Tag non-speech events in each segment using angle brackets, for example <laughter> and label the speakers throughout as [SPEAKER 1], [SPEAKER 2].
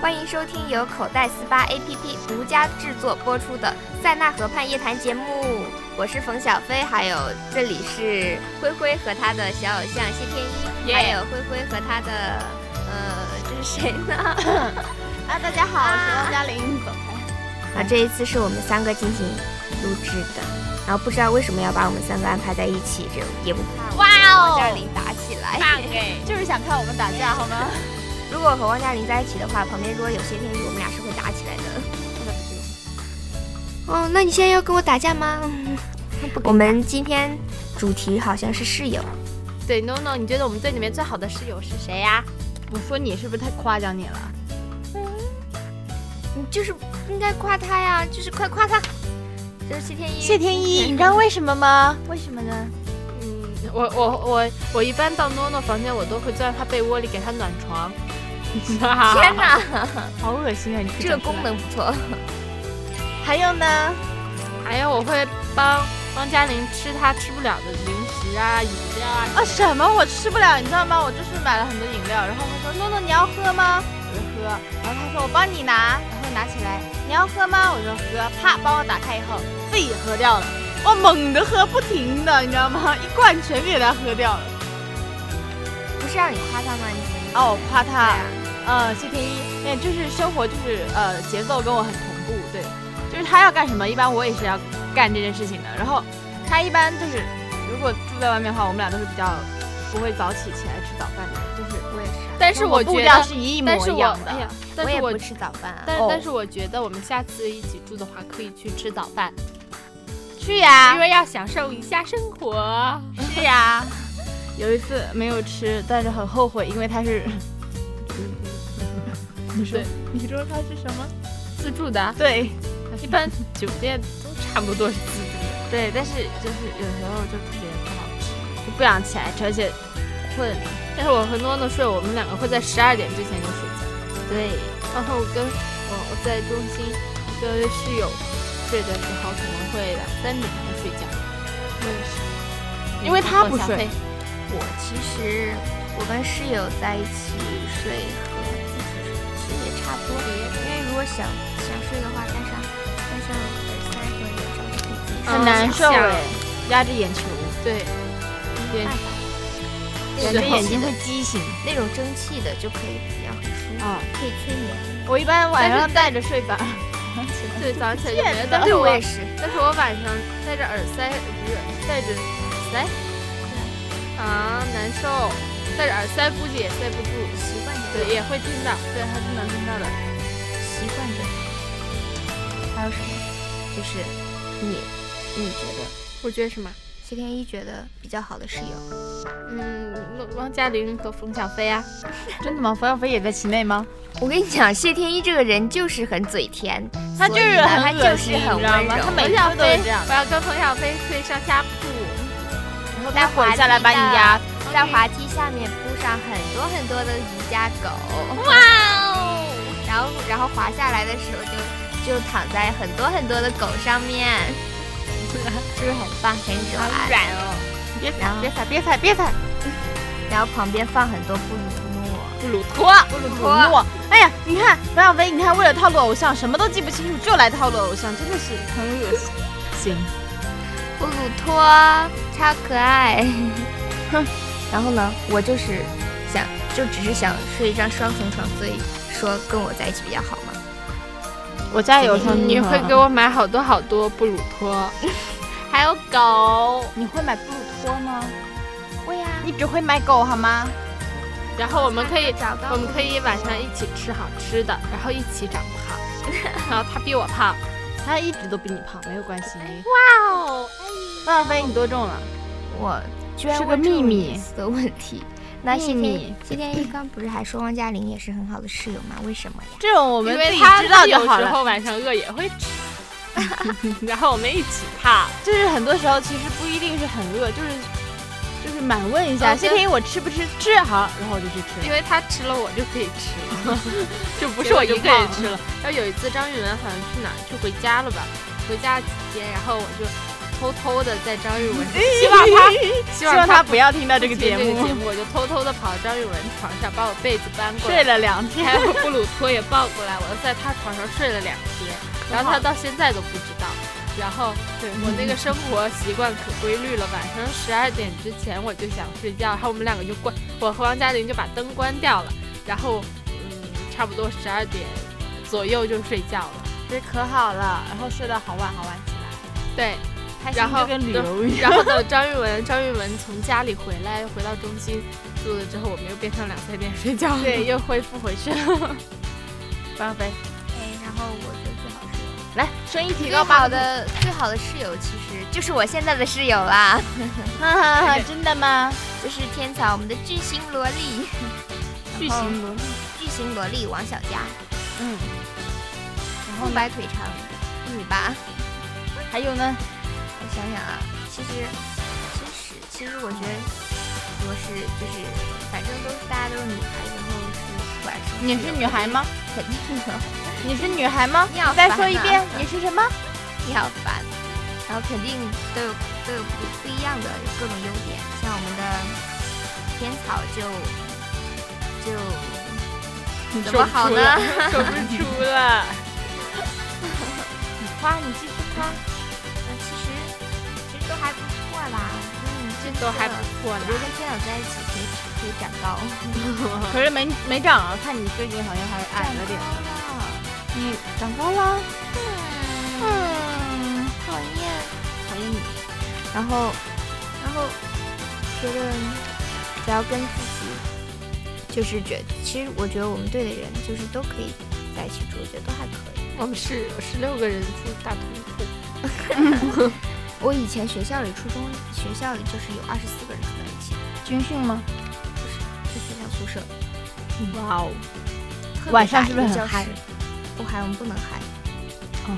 [SPEAKER 1] 欢迎收听由口袋四八 APP 独家制作播出的《塞纳河畔夜谈》节目，我是冯小飞，还有这里是灰灰和他的小偶像谢天一
[SPEAKER 2] Yeah
[SPEAKER 1] 还有灰灰和他的呃这是谁呢？
[SPEAKER 2] 啊，大家好，我是汪嘉玲，走开。
[SPEAKER 1] 啊，这一次是我们三个进行录制的，然后不知道为什么要把我们三个安排在一起，这也不怕
[SPEAKER 2] 哇哦
[SPEAKER 1] 王嘉玲打起来。
[SPEAKER 2] 哎，就是想看我们打架好吗？
[SPEAKER 1] 如果和汪嘉玲在一起的话，旁边如果有谢天一，我们俩是会打起来的。 <laughs> 哦，那你现在要跟我打架吗？ <laughs> 我们今天主题好像是室友，
[SPEAKER 2] <laughs> 对，no no，你觉得我们队里面最好的室友是谁啊呀、我说你是不是太夸奖你了？
[SPEAKER 1] 你嗯就是不应该夸他呀，就是快夸他。就是谢天一，
[SPEAKER 3] 谢天
[SPEAKER 1] <laughs>
[SPEAKER 2] <laughs>
[SPEAKER 3] 一，你知道为什么吗？为什么呢？
[SPEAKER 2] 嗯，我我我我一般到诺诺房间，我都会钻他被窝里给他暖床。
[SPEAKER 1] 天
[SPEAKER 2] 天！
[SPEAKER 1] 哪，
[SPEAKER 3] 好恶心啊！你
[SPEAKER 1] 这个功能不错。
[SPEAKER 3] 还有呢？
[SPEAKER 2] 还哎有我会帮汪嘉玲吃她吃不了的零食啊、饮料啊。
[SPEAKER 3] 啊什么？我吃不了，你知道吗？我就是买了很多饮料，然后他说诺诺你要喝吗？我就喝，然后他说我帮你拿，然后拿起来，你要喝吗？我就喝，啪，帮我打开以后自己喝掉了，我猛地喝不停的，你知道吗？一罐全给他喝掉了。
[SPEAKER 1] 不是让你夸他吗？你
[SPEAKER 3] 哦，我夸
[SPEAKER 1] 对
[SPEAKER 3] 他
[SPEAKER 1] 啊，
[SPEAKER 3] 呃，谢天一，那就是生活就是呃节奏跟我很同步，对，就是他要干什么，一般我也是要干这件事情的。然后他一般就是如果住在外面的话，我们俩都是比较不会早起起来吃早饭的，就是。
[SPEAKER 1] 我也是啊，
[SPEAKER 2] 但是我
[SPEAKER 3] 步
[SPEAKER 2] 觉
[SPEAKER 3] 调
[SPEAKER 2] 得，
[SPEAKER 3] 是一模
[SPEAKER 2] 但是
[SPEAKER 3] 一
[SPEAKER 2] 我，
[SPEAKER 3] 样的
[SPEAKER 2] 哎。呀，但
[SPEAKER 1] 我
[SPEAKER 2] 是
[SPEAKER 1] 也
[SPEAKER 2] 我
[SPEAKER 1] 不吃早饭啊。
[SPEAKER 2] 但
[SPEAKER 3] 哦
[SPEAKER 2] 但是我觉得我们下次一起住的话，可以去吃早饭，
[SPEAKER 3] 去呀
[SPEAKER 2] 因，为要享受一下生
[SPEAKER 3] <laughs>
[SPEAKER 2] 活。
[SPEAKER 3] 去呀。有一次没有吃，但是很后悔，因为他是。 <laughs> 你说
[SPEAKER 2] 对，
[SPEAKER 3] 你说他是什么？
[SPEAKER 2] 自助的啊，
[SPEAKER 3] 对
[SPEAKER 2] <laughs> 一般酒店都差不多是自助的。
[SPEAKER 3] 对，但是就是有时候就特别不好吃，就不想起来吃，而且困。
[SPEAKER 2] 但是我和诺诺睡，我们两个会在十二点之前就睡觉。
[SPEAKER 3] 对，
[SPEAKER 2] 然后我跟我我在中心一个室友睡的时候，可能会两三点才睡觉。我也嗯是，嗯
[SPEAKER 3] 因为他不睡
[SPEAKER 2] 小飞。
[SPEAKER 1] 我其实我跟室友在一起睡和自己睡其实也差不多，因为如果想想睡的话，戴上戴上耳塞和眼罩就可以自己睡。
[SPEAKER 2] 嗯
[SPEAKER 3] 很难受
[SPEAKER 2] 想
[SPEAKER 3] 哎，压着眼球，
[SPEAKER 2] 对，
[SPEAKER 1] 没
[SPEAKER 2] 眼
[SPEAKER 1] 办法
[SPEAKER 3] 感
[SPEAKER 2] 是
[SPEAKER 3] 觉
[SPEAKER 1] 那种
[SPEAKER 3] 眼
[SPEAKER 2] 后
[SPEAKER 3] 睛会激醒。
[SPEAKER 1] 那种蒸汽的就可以比较很舒服，
[SPEAKER 3] 啊，
[SPEAKER 1] 可以催眠。
[SPEAKER 3] 我一般晚
[SPEAKER 2] 但
[SPEAKER 3] 上戴着睡吧。
[SPEAKER 2] <laughs> 对，早上起来就没
[SPEAKER 3] 天
[SPEAKER 2] 但
[SPEAKER 3] 哪
[SPEAKER 2] 是我
[SPEAKER 1] 也是，
[SPEAKER 2] 但是我晚上戴着耳塞，不是戴着耳塞，啊，难受，戴着耳塞估计也塞不住，
[SPEAKER 1] 习惯就
[SPEAKER 2] 对，也会听到，对，还是能听到的。
[SPEAKER 1] 习惯就好。还有什么？就是你你觉得
[SPEAKER 2] 我觉得什么？
[SPEAKER 1] 谢天一觉得比较好的室友，
[SPEAKER 2] 嗯，汪汪嘉玲和冯小飞啊，
[SPEAKER 3] 真的吗？冯小飞也在其内吗？
[SPEAKER 1] 我跟你讲，谢天一这个人就是很嘴甜，
[SPEAKER 3] 他就
[SPEAKER 1] 所以
[SPEAKER 3] 是
[SPEAKER 1] 呢
[SPEAKER 3] 很
[SPEAKER 1] 他
[SPEAKER 3] 恶
[SPEAKER 1] 就是
[SPEAKER 3] 心，
[SPEAKER 1] 很
[SPEAKER 3] 你知道
[SPEAKER 1] 温
[SPEAKER 3] 吗？
[SPEAKER 1] 柔
[SPEAKER 3] 他。每
[SPEAKER 2] 冯
[SPEAKER 3] 次
[SPEAKER 2] 小
[SPEAKER 3] 都是
[SPEAKER 2] 飞
[SPEAKER 3] 这样，
[SPEAKER 2] 我要跟冯小飞睡上下铺，
[SPEAKER 3] 然后
[SPEAKER 1] 在
[SPEAKER 3] 他
[SPEAKER 1] 滑
[SPEAKER 3] 滚下来
[SPEAKER 1] 梯
[SPEAKER 3] 把你
[SPEAKER 1] 的
[SPEAKER 3] 压。
[SPEAKER 1] 在滑梯下面铺上很多很多的瑜伽狗，
[SPEAKER 2] 哇哦，
[SPEAKER 1] 然后然后滑下来的时候就就躺在很多很多的狗上面，是不是很棒很
[SPEAKER 2] 好
[SPEAKER 1] 软？
[SPEAKER 2] 软哦，
[SPEAKER 3] 别
[SPEAKER 1] 然后
[SPEAKER 3] 踩，别踩，别踩，别踩！
[SPEAKER 1] 然后旁边放很多布鲁诺，
[SPEAKER 2] 布鲁托，
[SPEAKER 3] 布鲁
[SPEAKER 1] 托
[SPEAKER 3] 诺。哎呀，你看冯小飞，你看为了套路偶像，什么都记不清楚，就来套路偶像，真的是很恶心。行，
[SPEAKER 1] 布鲁托超可爱， <laughs> 哼。然后呢，我就是想就只是想睡一张双层床，所以说跟我在一起比较好嘛。
[SPEAKER 3] 我家也有
[SPEAKER 1] 嗯
[SPEAKER 3] 双
[SPEAKER 2] 你会给
[SPEAKER 3] 我，
[SPEAKER 2] 我买好多好多布鲁托， <laughs> 还有狗，
[SPEAKER 3] 你会买布鲁托吗？
[SPEAKER 1] 会啊呀、
[SPEAKER 3] 你只会买狗好吗？
[SPEAKER 2] 然后我们可以
[SPEAKER 1] 找到
[SPEAKER 2] 我们可以晚上一起吃好吃的，然后一起长 <laughs> 胖。然后他比我胖。
[SPEAKER 3] 他一直都比你胖，没有关系。
[SPEAKER 2] 哇哦！
[SPEAKER 3] 范小飞，你多重啊了？
[SPEAKER 1] 我居然
[SPEAKER 3] 是个
[SPEAKER 1] 问这种
[SPEAKER 3] 秘密
[SPEAKER 1] 隐私的问题。那谢
[SPEAKER 3] 秘
[SPEAKER 1] 天
[SPEAKER 3] 密
[SPEAKER 1] 谢天一刚不是还说汪嘉玲也是很好的室友吗？为什么呀？
[SPEAKER 3] 这种我
[SPEAKER 2] 因
[SPEAKER 3] 们自
[SPEAKER 2] 为
[SPEAKER 3] 己
[SPEAKER 2] 他
[SPEAKER 3] 知道
[SPEAKER 2] 有
[SPEAKER 3] 就好
[SPEAKER 2] 时
[SPEAKER 3] 了。
[SPEAKER 2] 候晚上饿也会吃， <laughs> 然后我们一起胖。
[SPEAKER 3] 就是很多时候其实不一定是很饿，就是就是满问一下，
[SPEAKER 2] 嗯
[SPEAKER 3] 哦谢天一我吃不吃？吃好，然后我就去吃 <laughs>
[SPEAKER 2] 因
[SPEAKER 3] 了。
[SPEAKER 2] 为他吃了我就可以吃，就不
[SPEAKER 3] 不
[SPEAKER 2] 是我一个人吃。
[SPEAKER 3] 了，
[SPEAKER 2] 然后有一次张玉文好像去哪儿去回家了吧，回家期间，然后我就偷偷的在张 <laughs> 玉文，希望他希
[SPEAKER 3] <laughs> 希望
[SPEAKER 2] 望
[SPEAKER 3] 他
[SPEAKER 2] 他
[SPEAKER 3] 不要听到这
[SPEAKER 2] 这
[SPEAKER 3] 个
[SPEAKER 2] 个
[SPEAKER 3] 节
[SPEAKER 2] 节
[SPEAKER 3] 目。
[SPEAKER 2] 目，我就偷偷的跑到张玉文床上，把我被子搬过来，
[SPEAKER 3] 睡了两天， <laughs>
[SPEAKER 2] 还有布鲁托也抱过来，我又在他床上睡了两天，然后他到现在都不知道。然后
[SPEAKER 3] 对
[SPEAKER 2] 我那个生活习惯可规律了，晚上十二点之前我就想睡觉，然后我们两个就关，我和王嘉玲就把灯关掉了，然后嗯，差不多十二点左右就睡觉了。
[SPEAKER 3] 这可好了，然后睡到好晚好晚起来，
[SPEAKER 2] 对，
[SPEAKER 3] 开
[SPEAKER 2] 然
[SPEAKER 3] 心
[SPEAKER 2] 后
[SPEAKER 3] 就跟旅游 <laughs> 一样。
[SPEAKER 2] 然后等张玉文，张玉文从家里回来，回到中心住了之后，我们又变成两三点睡觉。 <laughs>
[SPEAKER 3] 对，，又恢复回去了。八杯，
[SPEAKER 1] 哎，然后我的最好室友，
[SPEAKER 3] 来，声音提
[SPEAKER 1] 最
[SPEAKER 3] 高八
[SPEAKER 1] 好
[SPEAKER 3] 个度。
[SPEAKER 1] 的最好的室友其实就是我现在的室友啦，
[SPEAKER 3] 哈哈 <laughs> 哈，真的吗？
[SPEAKER 1] 就是天草我们的巨型萝莉，
[SPEAKER 3] 巨型萝莉。
[SPEAKER 1] 巨型萝莉王小佳，
[SPEAKER 3] 嗯，然后
[SPEAKER 1] 后
[SPEAKER 3] 呢
[SPEAKER 1] 白腿长，一米八。
[SPEAKER 3] 还有呢？
[SPEAKER 1] 我想想啊，其实，其实，其实我觉得我是就是，反正都是大家都是女孩，然后是不管是
[SPEAKER 3] 你是
[SPEAKER 1] <laughs>
[SPEAKER 3] 女孩吗？
[SPEAKER 1] 肯定的，
[SPEAKER 3] 你是女孩吗？
[SPEAKER 1] 你好
[SPEAKER 3] 你再
[SPEAKER 1] 烦
[SPEAKER 3] 说一
[SPEAKER 1] 呐
[SPEAKER 3] 遍，你是什么？
[SPEAKER 1] 你好烦。然后肯定都有都有不不一样的有各种优点，像我们的天草就就怎么好呢？
[SPEAKER 2] 说不出了。
[SPEAKER 1] 你夸你继续夸，那其实其实都还不错啦，嗯，
[SPEAKER 2] 这都还不错
[SPEAKER 1] 我觉得
[SPEAKER 2] 啦。
[SPEAKER 1] 跟天草在一起可以可以长高，
[SPEAKER 3] 可是没没长啊，看你最近好像还
[SPEAKER 1] 哎
[SPEAKER 3] 是矮了点。
[SPEAKER 1] 长高了。
[SPEAKER 3] 你长高了，
[SPEAKER 1] 嗯，
[SPEAKER 3] 嗯，
[SPEAKER 1] 讨厌。
[SPEAKER 3] 讨厌你。然后
[SPEAKER 1] 然后觉得只要跟自己，就是觉，其实我觉得我们队的人就是都可以在一起住，我觉得都还可以。
[SPEAKER 2] 我们是十六个人住大通铺，
[SPEAKER 1] 我以前学校里，初中学校里就是有二十四个人住在一起，
[SPEAKER 3] 军训吗？
[SPEAKER 1] 就是像宿舍，
[SPEAKER 2] 哇哦，
[SPEAKER 1] 特别
[SPEAKER 3] 晚上
[SPEAKER 1] 大
[SPEAKER 3] 是不是
[SPEAKER 1] 一
[SPEAKER 3] 很
[SPEAKER 1] 个教室
[SPEAKER 3] 嗨？
[SPEAKER 1] 不嗨，我们不能嗨。
[SPEAKER 3] 哦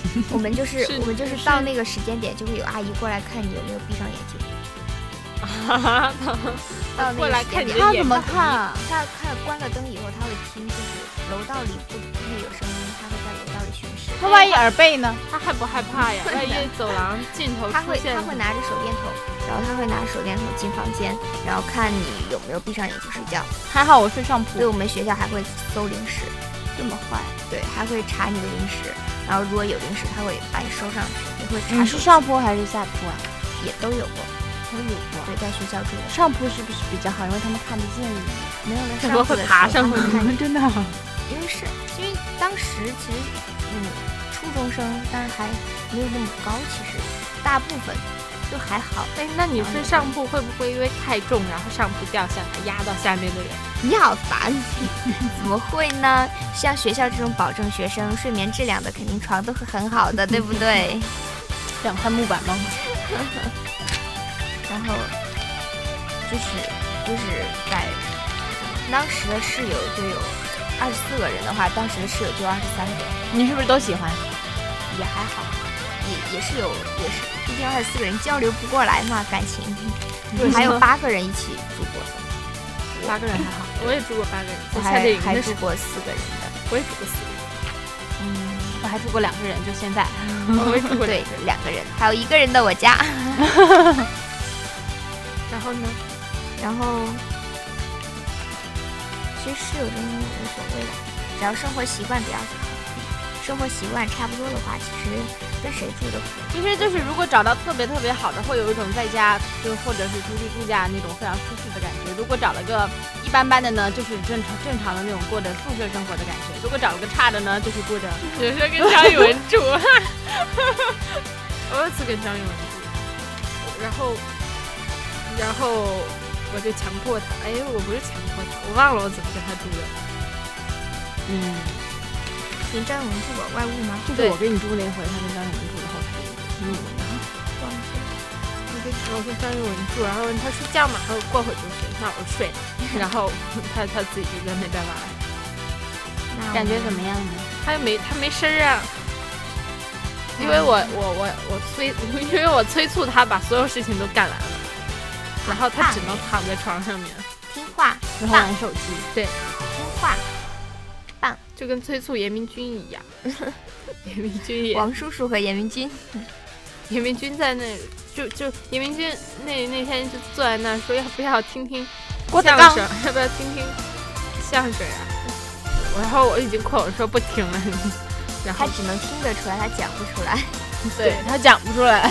[SPEAKER 1] <laughs> 我们就是
[SPEAKER 2] 是
[SPEAKER 1] 我们就是
[SPEAKER 2] 是
[SPEAKER 1] 到那个时间点，就会有阿姨过来看你有没有闭上眼
[SPEAKER 2] <laughs>
[SPEAKER 1] 睛。到那个
[SPEAKER 2] 过来
[SPEAKER 1] 时
[SPEAKER 2] 看
[SPEAKER 1] 间
[SPEAKER 2] 你
[SPEAKER 1] 点
[SPEAKER 3] 他
[SPEAKER 2] 的眼
[SPEAKER 3] 怎么看啊？
[SPEAKER 1] 他看关了灯以后，他会听，就是楼道里不不会有声音，他会在楼道里巡视。
[SPEAKER 3] 他万一耳背呢？
[SPEAKER 2] 他害不害怕 <laughs> 呀？万一走廊尽头
[SPEAKER 1] 他
[SPEAKER 2] 哦出
[SPEAKER 1] 会
[SPEAKER 2] 现
[SPEAKER 1] 他会拿着手电筒，然后他会拿着手电筒进房间，然后看你有没有闭上眼睛睡觉。
[SPEAKER 3] 还好我睡上
[SPEAKER 1] 所以
[SPEAKER 3] 铺，
[SPEAKER 1] 我们学校还会搜零食，
[SPEAKER 3] 这么坏。
[SPEAKER 1] 对，还会查你的零食，然后如果有零食，他会把你收上去，也会查
[SPEAKER 3] 你
[SPEAKER 2] 嗯
[SPEAKER 1] 手机
[SPEAKER 3] 是上铺还是下铺啊？
[SPEAKER 1] 也都有过。
[SPEAKER 3] 我有过。
[SPEAKER 1] 对，在学校住的
[SPEAKER 3] 上铺是不是比较好？因为他们看得见你。
[SPEAKER 1] 没有在
[SPEAKER 2] 怎
[SPEAKER 1] 上
[SPEAKER 2] <laughs> 么
[SPEAKER 1] 铺
[SPEAKER 2] 会
[SPEAKER 1] 的
[SPEAKER 2] 爬
[SPEAKER 1] 时候
[SPEAKER 2] 上
[SPEAKER 1] 他会看你，
[SPEAKER 3] 真的？
[SPEAKER 1] <laughs> 因为是因为当时其实嗯初中生，但是还没有那么高，其实大部分就还好。
[SPEAKER 2] 哎，那你睡上铺会不会因为太重，然后上铺掉下来压到下面的人？
[SPEAKER 1] 你好烦， <laughs> 怎么会呢？像学校这种保证学生睡眠质量的，肯定床都会很好的，对不对？
[SPEAKER 3] 两块木板吗？
[SPEAKER 1] <laughs> 然后就是就是在当时的室友就有二十四个人的话，当时的室友就二十三个，
[SPEAKER 3] 你是不是都喜欢？
[SPEAKER 1] 也还好，也也是有也是，毕竟二十四个人交流不过来嘛，感情。还有八个人一起住过的，
[SPEAKER 2] 八个人还好，我也住过八个人，
[SPEAKER 1] 我
[SPEAKER 2] 在夏
[SPEAKER 1] 还
[SPEAKER 2] 令营
[SPEAKER 1] 还
[SPEAKER 2] 的
[SPEAKER 1] 住
[SPEAKER 2] 时候
[SPEAKER 1] 过四个人的，
[SPEAKER 2] 我也住过四个人。
[SPEAKER 1] 嗯。
[SPEAKER 3] 我还住过两个人，就现在。
[SPEAKER 2] 我也住过
[SPEAKER 1] 对，两个人，还有一个人的我家。
[SPEAKER 2] 然后呢？
[SPEAKER 1] 然后，其实室友真的无所谓了，只要生活习惯比较好，生活习惯差不多的话，其实跟谁住都可以。
[SPEAKER 3] 其实就是如果找到特别特别好的，会有一种在家就或者是出去度假那种非常舒适的感觉。如果找了个一般般的呢，就是正常正常的那种过着宿舍生活的感觉。如果找了个差的呢，就是过着
[SPEAKER 2] 只是跟张宇文住，啊 <laughs> 我有次跟张宇文住，然后，然后我就强迫他，哎，我不是强迫他，我忘了我怎么跟他住的，
[SPEAKER 3] 嗯，
[SPEAKER 1] 你张文是我外务吗？
[SPEAKER 3] 就是我跟你住那回，他跟张永文住的后台，嗯，
[SPEAKER 1] 忘记了。
[SPEAKER 2] 我跟我跟张宇文住，然后他睡觉嘛，他说过会儿就睡，那我 <laughs> 睡，然后他他自己就在那边玩，
[SPEAKER 1] 那我
[SPEAKER 3] 感觉怎么样呢？
[SPEAKER 2] 他又没他没声儿啊。因为我我我我催， <laughs> 因为我催促他把所有事情都干完了，然后他只能躺在床上面，
[SPEAKER 1] 听话，
[SPEAKER 3] 然后玩手机，
[SPEAKER 1] 听话。
[SPEAKER 2] 就 <laughs> 跟催促严明君一样，严明君也
[SPEAKER 1] 王叔叔和严明君，
[SPEAKER 2] 严明君在那里就就严明君那那天就坐在那儿说要不要听听
[SPEAKER 3] 郭德
[SPEAKER 2] 相
[SPEAKER 3] 纲
[SPEAKER 2] 声，要不要听听相声啊？然后我已经困了，我说不听了。然
[SPEAKER 1] 他
[SPEAKER 2] 后
[SPEAKER 1] 只能听得出来，他讲不出来。
[SPEAKER 3] 对他讲不出来，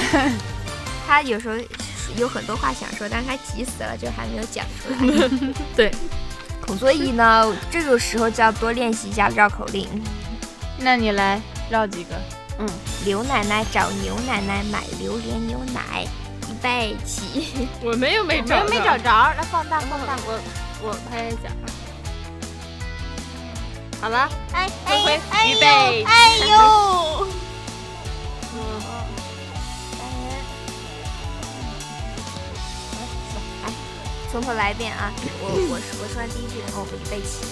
[SPEAKER 1] 他有时候有很多话想说，但是他急死了，就还没有讲出来。
[SPEAKER 2] 对，
[SPEAKER 1] 所以呢，这种时候就要多练习一下绕口令。
[SPEAKER 3] 那你来绕几个？
[SPEAKER 1] 刘奶奶找牛奶奶买榴莲牛奶，预备起。
[SPEAKER 2] 我们又没
[SPEAKER 3] 我
[SPEAKER 2] 找
[SPEAKER 3] 们没
[SPEAKER 2] 到
[SPEAKER 3] 找着，来放大
[SPEAKER 2] 我
[SPEAKER 3] 放大。
[SPEAKER 2] 我我拍一下啊，
[SPEAKER 3] 好了，
[SPEAKER 1] 哎
[SPEAKER 3] 回回
[SPEAKER 1] 哎
[SPEAKER 3] 预备，
[SPEAKER 1] 哎呦！
[SPEAKER 2] 嗯，
[SPEAKER 1] 哎，从头来一遍啊！我我说我说完第一句，然后我们预备起。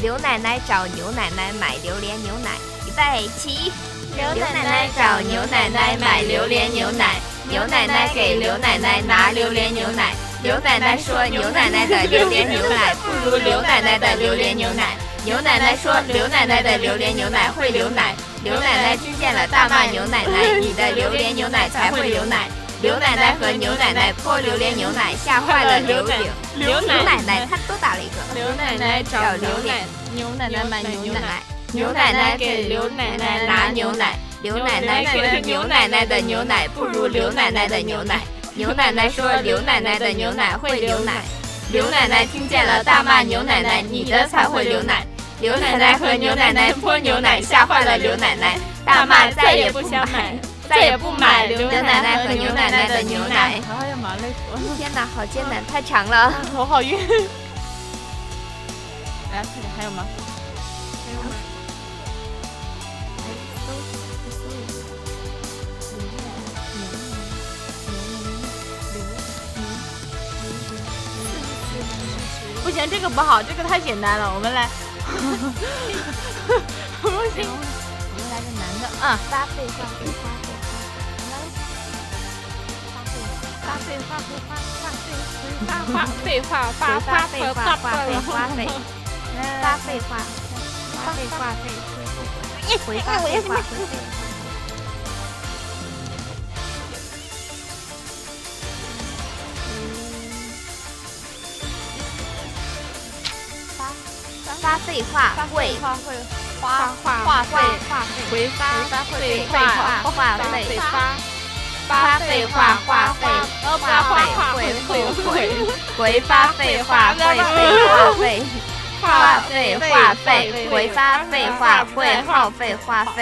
[SPEAKER 1] 刘奶奶找牛奶奶买榴莲牛奶，预备起。
[SPEAKER 3] 刘
[SPEAKER 1] 牛奶奶找牛奶奶买榴莲牛奶，牛奶奶给刘奶奶拿榴莲牛奶。刘奶奶说牛奶奶的榴莲牛奶不如刘奶奶的榴莲牛奶。牛奶奶说刘奶奶的榴莲牛奶会流奶。刘奶奶听见了，大骂牛奶奶：“你的榴莲牛奶才会流奶！”刘奶奶和牛奶奶泼榴莲牛奶，吓坏了刘颖。
[SPEAKER 2] 刘
[SPEAKER 1] 牛
[SPEAKER 2] 奶
[SPEAKER 1] 奶奶她都打了一个。
[SPEAKER 2] 刘奶奶找
[SPEAKER 1] 找
[SPEAKER 2] 刘
[SPEAKER 1] 刘
[SPEAKER 2] 奶
[SPEAKER 1] 奶
[SPEAKER 3] 牛奶奶买牛奶，
[SPEAKER 1] 奶，
[SPEAKER 2] 牛奶奶给刘奶奶拿牛奶，
[SPEAKER 1] 刘奶奶说牛奶奶的牛奶不如刘奶奶的牛奶。牛奶奶说刘奶奶的牛奶会流奶。刘奶奶听见了，大骂牛奶奶：“你的才会流奶！”刘奶奶和牛奶奶泼牛奶，吓坏了刘奶奶，大骂再也不想买，再也不买刘奶奶和牛奶奶的牛奶。
[SPEAKER 3] 哎呀妈，累死我了，
[SPEAKER 1] 天哪，好艰难，太长了。
[SPEAKER 3] 头好晕。来，快哎点，还有吗？不行，这个不好，这个太简单了，我们来。不行，我们来个男的啊，
[SPEAKER 1] 八倍花费花费花费
[SPEAKER 2] 发废话
[SPEAKER 1] 花
[SPEAKER 2] 发发废发话废话发发
[SPEAKER 1] 费花花费花费花费花花费花费回花费花费。花费话费
[SPEAKER 3] 花费花
[SPEAKER 2] 发话
[SPEAKER 3] 话
[SPEAKER 2] 费
[SPEAKER 1] 话费
[SPEAKER 2] 回发
[SPEAKER 1] 花
[SPEAKER 2] 废
[SPEAKER 1] 费
[SPEAKER 2] 话
[SPEAKER 1] 话话
[SPEAKER 2] 发
[SPEAKER 1] 费
[SPEAKER 2] 废发
[SPEAKER 1] 花费话话费
[SPEAKER 2] 发话
[SPEAKER 1] 费会
[SPEAKER 2] 会会会
[SPEAKER 1] 回花费话费话费。话费话费回发费话费耗费话费。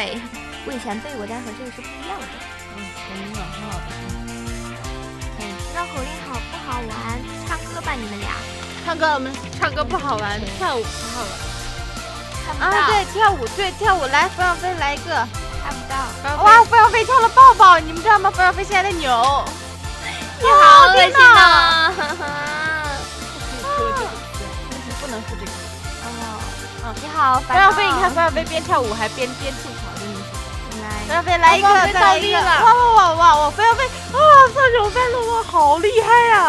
[SPEAKER 1] 我以前背过，但和这个是不一样的。
[SPEAKER 3] 嗯
[SPEAKER 1] 绕口令好不好玩？唱歌吧，你们俩。
[SPEAKER 3] 唱歌我们
[SPEAKER 2] 唱歌不好玩，跳舞不好玩，
[SPEAKER 1] 看不
[SPEAKER 3] 啊，
[SPEAKER 1] 到，
[SPEAKER 3] 对，跳舞，对，跳舞，来，冯小飞来一个。
[SPEAKER 1] 看不到。
[SPEAKER 3] 哇，冯小飞跳了抱抱，你们知道吗？冯小飞现在在扭，你
[SPEAKER 1] 好恶
[SPEAKER 3] 天
[SPEAKER 1] 心
[SPEAKER 3] 呐！
[SPEAKER 1] 呐！
[SPEAKER 3] 不能说这个。
[SPEAKER 1] 哦，你好
[SPEAKER 3] 冯
[SPEAKER 1] 烦
[SPEAKER 3] 小
[SPEAKER 1] 恼。
[SPEAKER 3] 飞，你看冯小飞边跳舞还边边吐槽，真的是。冯
[SPEAKER 1] 来，
[SPEAKER 3] 小飞来一个，
[SPEAKER 2] 冯小飞
[SPEAKER 3] 再来
[SPEAKER 2] 倒
[SPEAKER 3] 一
[SPEAKER 2] 立
[SPEAKER 3] 个。
[SPEAKER 2] 了
[SPEAKER 3] 哇哇哇哇哇！冯小飞，啊，算是我翻了，哇，好厉害呀、
[SPEAKER 2] 啊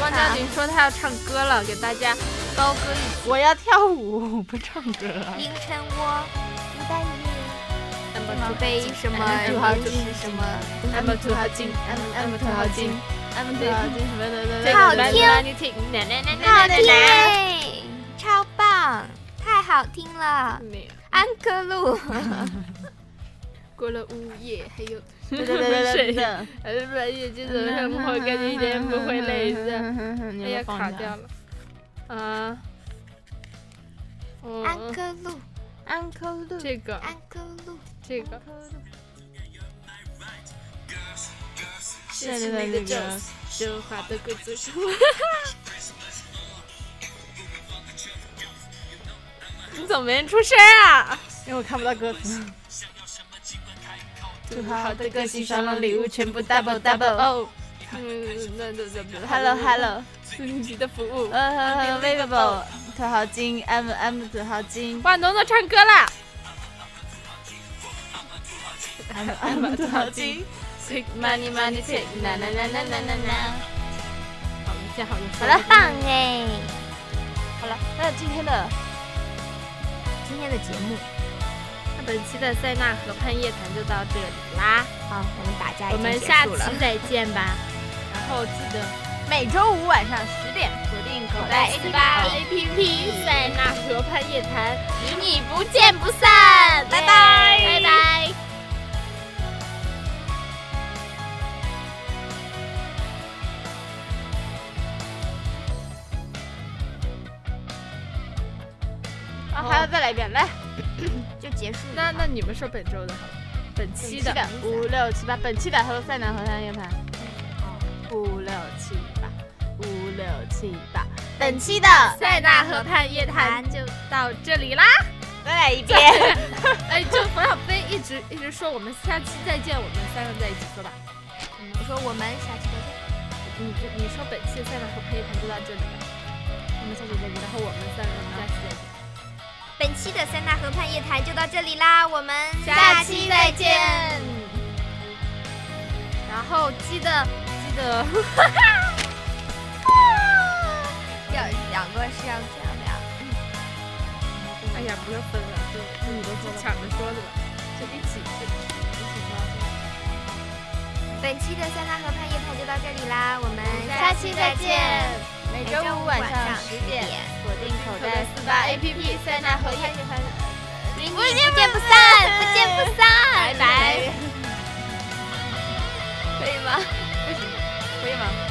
[SPEAKER 2] 汪家玲说她要唱歌了，给大家高歌一曲。
[SPEAKER 3] 我要跳舞，不唱歌。
[SPEAKER 1] 凌晨我不在意，
[SPEAKER 2] 那
[SPEAKER 1] 不
[SPEAKER 2] 么
[SPEAKER 1] 被什么
[SPEAKER 2] 嗯
[SPEAKER 1] 人是什么。
[SPEAKER 2] 那么土豪金，那么那么土豪金，那么土豪金什么的，那
[SPEAKER 1] 好
[SPEAKER 2] 来
[SPEAKER 1] 听
[SPEAKER 2] 来你听，奶奶奶
[SPEAKER 1] 好
[SPEAKER 2] 奶奶
[SPEAKER 1] 听
[SPEAKER 2] 奶。
[SPEAKER 1] 耶，超棒，太好听了，安可路。
[SPEAKER 2] 过了午夜，还有
[SPEAKER 3] 对对对对对。
[SPEAKER 2] 还是半夜这种生活，感觉一点也不会累的。哎
[SPEAKER 3] 哎
[SPEAKER 2] 呀，卡掉。了。啊，
[SPEAKER 1] 安
[SPEAKER 2] 嗯，
[SPEAKER 1] 可路，
[SPEAKER 3] 安可路，
[SPEAKER 2] 这个
[SPEAKER 1] 安可路，
[SPEAKER 2] 这个
[SPEAKER 3] 对
[SPEAKER 2] 是
[SPEAKER 3] 对
[SPEAKER 2] 那
[SPEAKER 3] 对
[SPEAKER 2] 个
[SPEAKER 3] 对
[SPEAKER 2] 叫
[SPEAKER 3] 对。
[SPEAKER 2] 奢华的贵族生活。 <laughs> 你怎么没出声啊？
[SPEAKER 3] 因为我看不到歌词。
[SPEAKER 2] 祝
[SPEAKER 3] 好的个性，双龙礼物全部 double double。
[SPEAKER 2] 哦，嗯，那那那
[SPEAKER 3] Hello Hello，
[SPEAKER 2] 你的服务。
[SPEAKER 3] 呃，Available，土豪金，M M 土豪
[SPEAKER 2] <laughs>
[SPEAKER 3] 金
[SPEAKER 2] 哇，农农唱歌啦！
[SPEAKER 3] ，M M
[SPEAKER 2] 嗯
[SPEAKER 3] 土豪金。 <laughs>
[SPEAKER 2] Take money money take，na na na na na na na。好，我们现在好用
[SPEAKER 1] 好了，棒哎！
[SPEAKER 2] 啊
[SPEAKER 3] 好了，那今天的
[SPEAKER 1] 今天的节目
[SPEAKER 2] 那本期的塞纳河畔夜谈就到这里啦，
[SPEAKER 1] 好，我们打架已
[SPEAKER 2] 我
[SPEAKER 1] 经
[SPEAKER 2] 们
[SPEAKER 1] 结
[SPEAKER 2] 下
[SPEAKER 1] 束
[SPEAKER 2] 期
[SPEAKER 1] 了。
[SPEAKER 2] 再见吧。然后记得
[SPEAKER 3] 每周五晚上十点锁定口袋 A P 八
[SPEAKER 2] A P P 塞纳河畔夜谈。
[SPEAKER 1] 与你不见不散，拜拜，拜拜。
[SPEAKER 3] 啊，还要再来一遍，来
[SPEAKER 1] 就结束了
[SPEAKER 2] 那
[SPEAKER 1] 吧。
[SPEAKER 2] 那你们说本周的好了，本期的
[SPEAKER 3] 本期五六七八，本期的和塞南河滩夜盘，
[SPEAKER 2] 哦
[SPEAKER 3] 五六七八，五六七八，本期的
[SPEAKER 2] 塞纳河畔夜谈就到这里啦。
[SPEAKER 3] 再来一遍。
[SPEAKER 2] 哎，就冯小飞一直一直说我们下期再见，我们三个在一起说吧。
[SPEAKER 1] 我说我们下期再见。
[SPEAKER 2] 你就你说本期的塞纳河畔夜谈就到这里吧，我们下期再见，然后我们三个下期再见。
[SPEAKER 1] 本期的塞纳河畔夜谈就到这里啦，我们
[SPEAKER 2] 下期再见。然后记得记得
[SPEAKER 1] 要两个是要这样的呀。
[SPEAKER 2] 哎呀，不要分了，就你都抢着说的吧，就一起一起说。
[SPEAKER 1] 本期的塞纳河畔夜谈就到这里啦，我们
[SPEAKER 3] 下期再见，每
[SPEAKER 1] 每
[SPEAKER 3] 周
[SPEAKER 1] 周
[SPEAKER 3] 五
[SPEAKER 1] 五
[SPEAKER 3] 晚
[SPEAKER 1] 晚
[SPEAKER 3] 上
[SPEAKER 1] 上
[SPEAKER 3] 十
[SPEAKER 1] 十
[SPEAKER 3] 点
[SPEAKER 1] 点，
[SPEAKER 3] 锁定口袋四八 A P P 塞纳河滩夜盘，
[SPEAKER 1] 与你不见不散，不见不散，
[SPEAKER 3] 拜拜，
[SPEAKER 1] 可以吗？
[SPEAKER 2] 可以吗？